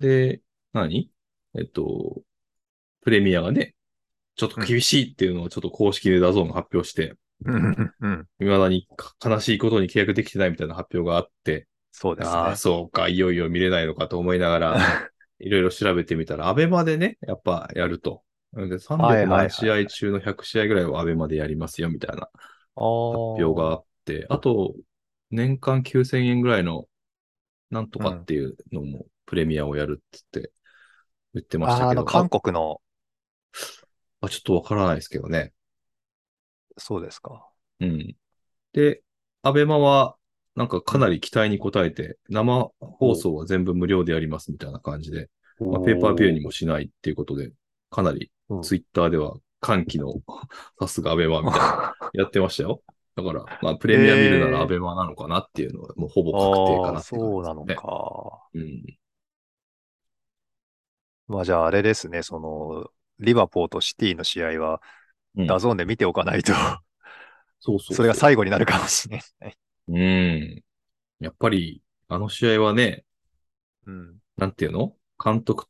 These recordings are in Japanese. で、何えっと、プレミアがね、ちょっと厳しいっていうのをちょっと公式でダゾーンが発表して、うんうん。未だにか悲しいことに契約できてないみたいな発表があって、そうですね。ああ、そうか、いよいよ見れないのかと思いなが ら、いろいろ調べてみたら、アベマでね、やっぱやると。なので、はい300はいは何い試合中の100試合ぐらいはアベマでやりますよ、みたいな発発表があって、あと、年間9000円ぐらいの、なんとかっていうのも、プレミアをやるっつって言ってましあーたあけど、の、韓国の、あちょっとわからないですけどね。そうですか。うん。で、アベマは、なんかかなり期待に応えて、生放送は全部無料でやりますみたいな感じで、まあ、ペーパービューにもしないっていうことで、かなりうんツイッターでは歓喜の さすがアベマみたいな、 やってましたよ。だから、まあ、プレミア見るならアベマなのかなっていうのは、もうほぼ確定かあなあ、ってい感そうなのじですね。か。うん。まあじゃああれですね、その、リバポーとシティの試合は、うんダゾーンで見ておかないと、そうそうそう。それが最後になるかもしれない。うん。やっぱり、あの試合はね、うん。なんていうの監督、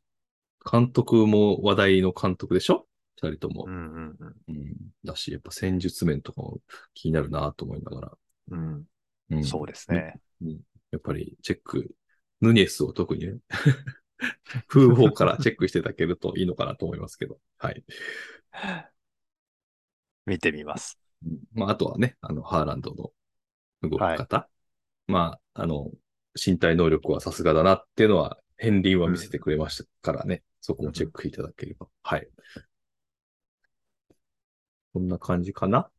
監督も話題の監督でしょ二人ともう。んうんうん。だし、やっぱ戦術面とかも気になるなと思いながら。うん。う。うんん。そうですね。やっぱりチェック、ヌニエスを特にね、風貌からチェックしていただけるといいのかなと思いますけど。はい。見てみます。うんまあ、あとはね、あの、ハーランドの動き方。まあ、あの、身体能力はさすがだなっていうのは、片鱗は見せてくれましたからね、そこもチェックいただければ。はい。こんな感じかな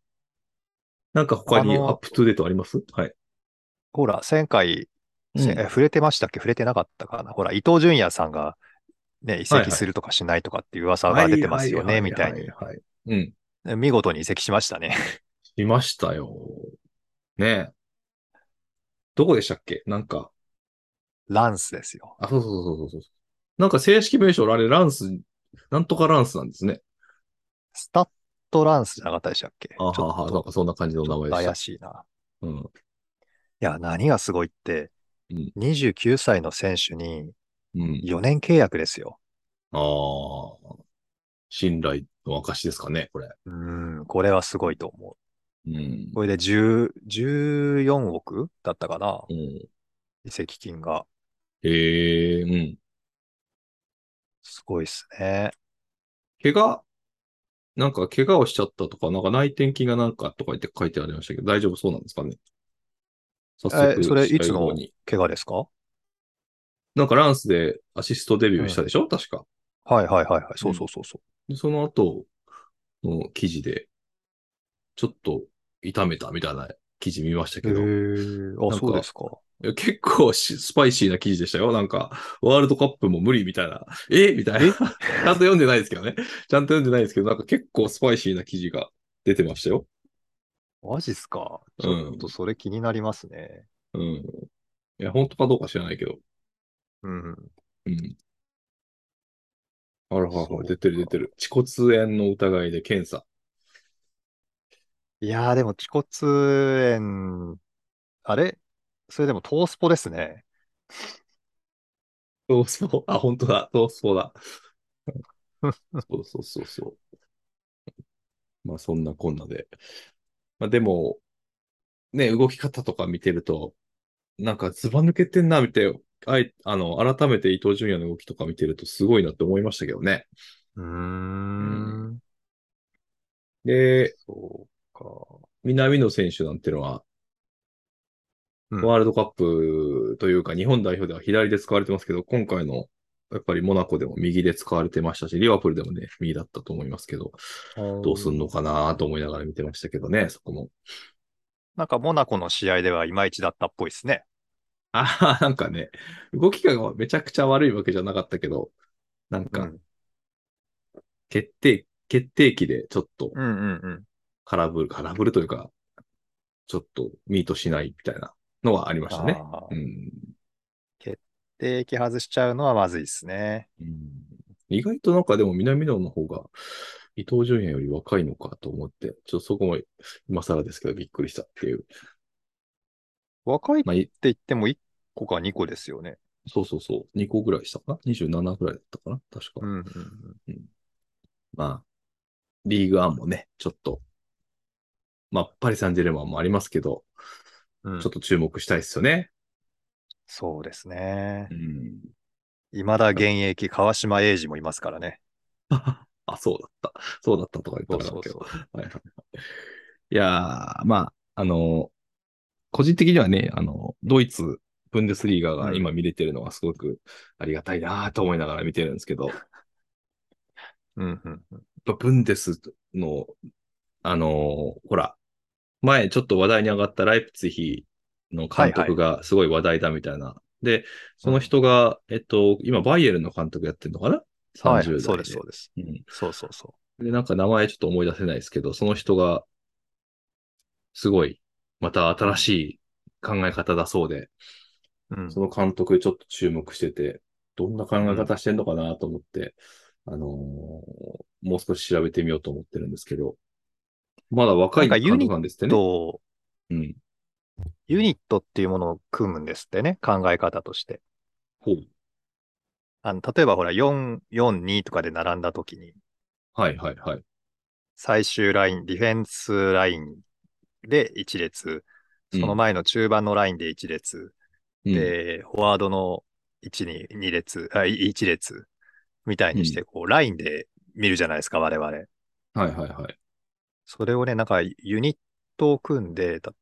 なんか他にあのアップトゥデートありますはい。ほら、前回、せえ触れてましたっけ触れてなかったかなほら、伊藤純也さんが、ね、移はいは籍いするとかしないとかっていう噂が出てますよね、みたいはに。ははい。うん。見事に移籍しましたね。 いましたよ。ねえ。どこでしたっけなんか、ランスですよ。あ、そうそうそうそうそう。なんか正式名称、あれ、ランス、なんとかランスなんですね。スタッドランスじゃなかったでしたっけあはちょっはとなんかそんな感じの名前でした怪。しいな。うん。いや、何がすごいってうん、 29歳の選手にうん。 4年契約ですよ。ああ。信頼の証ですかね、これ。うん、これはすごいと思うんう。。これで10 14億だったかなうん、移籍金が。ええうん。すごいっすね。怪我、なんか怪我をしちゃったとか、なんか内転筋がなんかとか言って書いてありましたけど、大丈夫そうなんですかね。早え、それいつ試合後のに怪我ですかはなんかランスでアシストデビューしたでしょ、確か。いはいはいはい。そうそうそうそで、その後の記事で、ちょっと痛めたみたいな記事見ましたう。けど、へえ、なんあ、かそうですか。いや結構しスパイシーな記事でしたよ。なんか、ワールドカップも無理みたいな。えみたいな。えちゃんと読んでないですけどね。ちゃんと読んでないですけど、なんか結構スパイシーな記事が出てましたよ。マジっすか。うんちょっとそれ気になりますね。うん。いや、本当かどうか知らないけど。うん。うん。あらそほうら、か出てる出てる。恥骨炎の疑いで検査。いやー、でも、恥骨炎、あれそれでも、トースポですね。そうそう。あ、本当だ。そうそう だ。そうそうそうそう。まあそんなこんなで。まあでも、ね、動き方とか見てると、なんかずば抜けてんな、みたいな。あい、あの、改めて伊藤純也の動きとか見てるとすごいなって思いましたけどね。うーん。で、そうか。南野選手なんてのは、うんワールドカップというか日本代表では左で使われてますけど、今回のやっぱりモナコでも右で使われてましたし、リバプールでもね、右だったと思いますけど、どうすんのかなと思いながら見てましたけどね、そこも。なんか、モナコの試合ではいまいちだったっぽいですね。ああ、なんかね、動きがめちゃくちゃ悪いわけじゃなかったけど、なんうかん決定、決定機でちょっとうんうんうん。空振る、空振るというか、ちょっとミートしないみたいなのはありましたね。あうーん、定期外しちゃうのはまずいですね。うん意外となんかでも南野の方が伊藤純也より若いのかと思って、ちょっとそこも今更ですけどびっくりしたっていう。若いってまあ、い言っても1個か2個ですよね。そうそうそう。2個ぐらいしたかな ?27 ぐらいだったかな確か。うんうんうん。まあ、リーグワンもね、ちょっと、まあ、パリ・サンジェルマンもありますけど、うんちょっと注目したいですよね。そうですねう。ん。未だ現役、川島英二もいますからね。 あ、そうだった。そうだったとか言ってそまうしたそけど。うそはいはいはいいやー、まあ、あの、個人的にはね、あの、ドイツ、ブンデスリーガが今見れてるのはすごくありがたいなーと思いながら見てるんですけど、やっう。うんうんうん。ぱブンデスの、あのーほら、前ちょっと話題に上がったライプツィヒの監督がすごい話題だみたいな。で、その人が、えっと、今バイエルンの監督やってるのかな ?30 代はで、い、そうです、そうです。うんそうそうそで、なんか名前ちょっと思い出せないですけど、その人が、すごい、また新しい考え方だそうで、う。うんその監督ちょっと注目してて、どんな考え方してんのかなと思って、あのーもう少し調べてみようと思ってるんですけど、まだ若いなんかユ監ニット督なんですってね。と、うん。ユニットっていうものを組むんですってね、考え方として。ほう。あの、例えばほら、4、4、2とかで並んだ時に、はいはいはい。最終ライン、ディフェンスラインで1列、その前の中盤のラインで1列、うん、で、フォワードの1に2列、あ、1列みたいにして、うこう、ラインで見るじゃないですか、我々。うんはいはいはい。それをね、なんかユニットを組んで、だ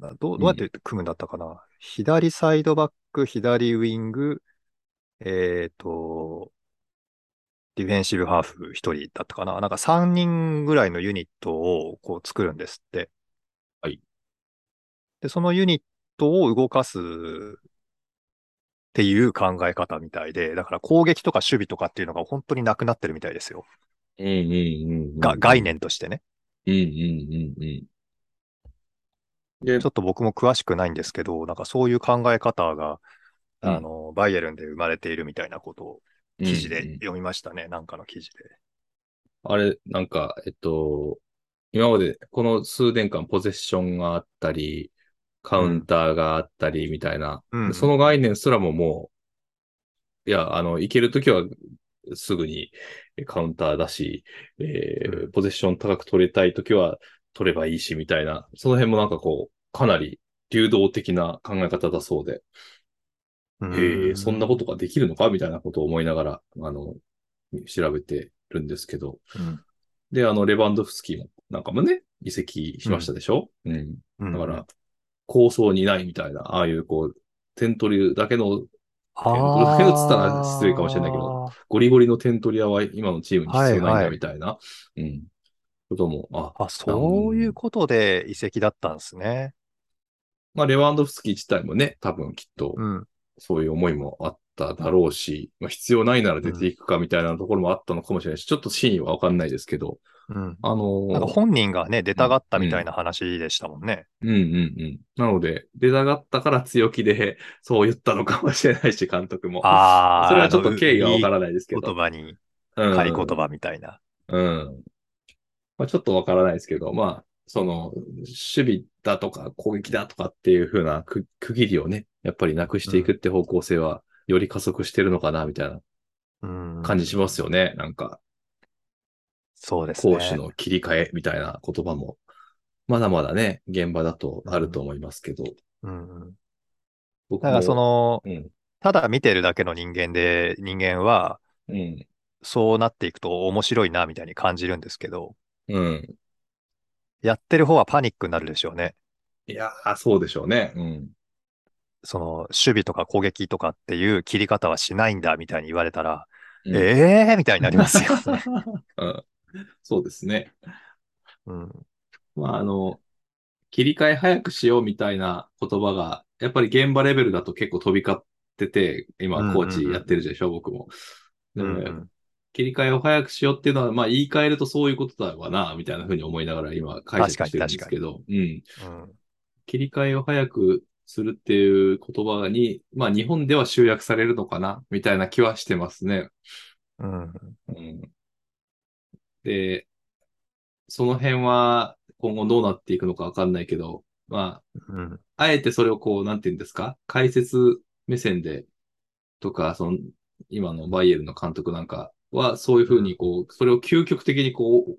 などうどうやって組むんだったかな、左サイドバック、左ウィング、えっ、と、ディフェンシブハーフ1人だったかななんか3人ぐらいのユニットをこう作るんですって。はい。で、そのユニットを動かすっていう考え方みたいで、だから攻撃とか守備とかっていうのが本当になくなってるみたいですよ。うんうんうんうん。が概。念としてね。うんうんうんうん。でちょっと僕も詳しくないんですけど、なんかそういう考え方が、うんあの、バイエルンで生まれているみたいなことを記事うんうでん読みましたね、なんかの記事で。あれ、なんか、えっと、今までこの数年間ポゼッションがあったり、カウンターがあったりみたいな、うん。その概念すらももう、いや、あの、いけるときはすぐにカウンターだし、えーうポゼッション高く取れたいときは取ればいいしみたいな、その辺もなんかこう、かなり流動的な考え方だそうで、うん、えーそんなことができるのかみたいなことを思いながら、あの、調べてるんですけど、うん。で、あの、レバンドフスキーもなんかもね、移籍しましたでしょ、うん、うんだから、構想にないみたいな、ああいうこう、点取りだけの、あどれが映ったら失礼かもしれないけどゴリゴリの点取り屋は今のチームに必要ないんだみたいな、うん。ことも、あ、ー。あ、そういうことで移籍だったんですね。まあ、レバンドフスキー自体もね、多分きっと、うん。そういう思いもあっただろうし、まあ、必要ないなら出ていくかみたいなところもあったのかもしれないし、ちょっと真意はわかんないですけど、うん。あのーなんか本人がね、出たがったみたいな話でしたもんね。うんうんうん。なので、出たがったから強気で、そう言ったのかもしれないし、監督も。ああ。それはちょっと経緯がわからいないですけ言ど。葉に、うん仮言葉みたいな。うん。まあ、ちょっとわからないですけど、まあ、その、守備だとか攻撃だとかっていう風な区区切りをね、やっぱりなくしていくって方向性は、より加速してるのかな、みたいなうん。感じしますよね。なんか、そうです攻ね。守の切り替えみたいな言葉も、まだまだね、現場だとあると思いますけど。うんうん。僕だからそ、の、うん。ただ見てるだけの人間で、人間は、うん。そうなっていくと面白いな、みたいに感じるんですけど、うん。やってる方はパニックになるでしょうね。いやー、そうでしょうね。うん。その、守備とか攻撃とかっていう切り方はしないんだ、みたいに言われたら、うんええー、みたいになりますよ ね。うん。そうですね。うん。まあ、あの、切り替え早くしようみたいな言葉が、やっぱり現場レベルだと結構飛び交ってて、うんうん今、うんコーチやってるでしょ、僕も。でも、うんうん切り替えを早くしようっていうのは、まあ、言い換えるとそういうことだわな、みたいなふうに思いながら今、解釈してるんですけど、うん。うん切り替えを早くするっていう言葉に、まあ、日本では集約されるのかな、みたいな気はしてますね。うん。うんで、その辺は今後どうなっていくのかわかんないけど、まうん。あ、あえてそれをこう、なんていうんですか解説目線でとか、その、今のバイエルンの監督なんかは、そういうふうにこう、それを究極的にこう、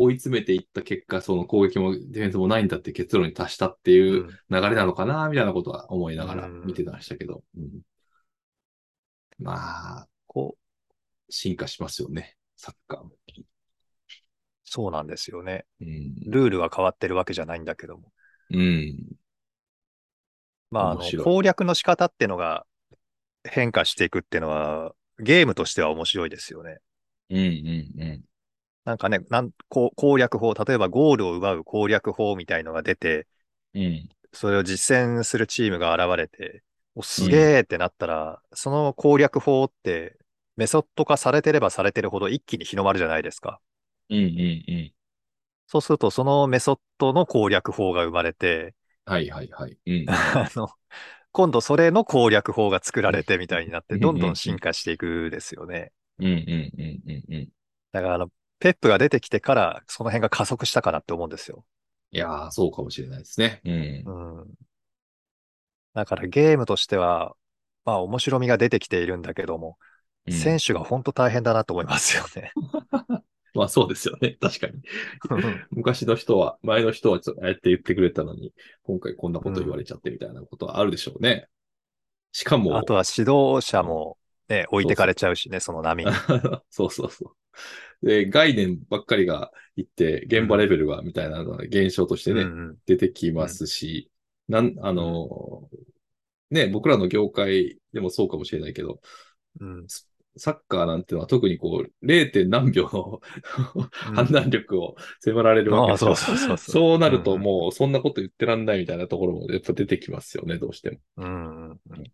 追い詰めていった結果、その攻撃もディフェンスもないんだって結論に達したっていうう流れなのかな、みたいなことは思いながらうん見てましたけど。うんまあ、こう進化しますよね、サッカーも。そうなんですよね。うん。ルールは変わってるわけじゃないんだけども。うん。まあ、あの面白い攻略の仕方ってのが変化していくっていうのは、ゲームとしては面白いですよね。うんうんうん。なんかね、なんこう攻略法、例えばゴールを奪う攻略法みたいのが出て、うん。それを実践するチームが現れて、おすげえってなったら、その攻略法ってメソッド化されてればされてるほど一気に広まるじゃないですか。うんうんうん。そうすると、そのメソッドの攻略法が生まれて、はいはいはい。うん。あの、今度それの攻略法が作られてみたいになって、うんどんどん進化していくですよね。うんうんうんうんうん。だから、あの、ペップが出てきてから、その辺が加速したかなって思うんですよ。いやー、そうかもしれないですね。うんう。ん。だからゲームとしては、まあ面白みが出てきているんだけども、うん選手が本当大変だなと思いますよ ね。まあそうですよね。 確かに。昔の人は、前の人はちょっとああやって言ってくれたのに、今回こんなこと言われちゃってみたいなことはあるでしょうね。しかも、あとは指導者も、ね、置いてかれちゃうしね、その波に。 そうそうそう。で、概念ばっかりが言って、現場レベルがみたいなのが現象としてね、うんうん出てきますし、なん、あの、ね、僕らの業界でもそうかもしれないけど、うんサッカーなんてのは特にこう、0. 点何秒の判断力を迫られるわけああですよそうそうそうそう そうなるとうんもうそんなこと言ってらんないみたいなところもやっぱ出てきますよね、どうしても。うんうんうん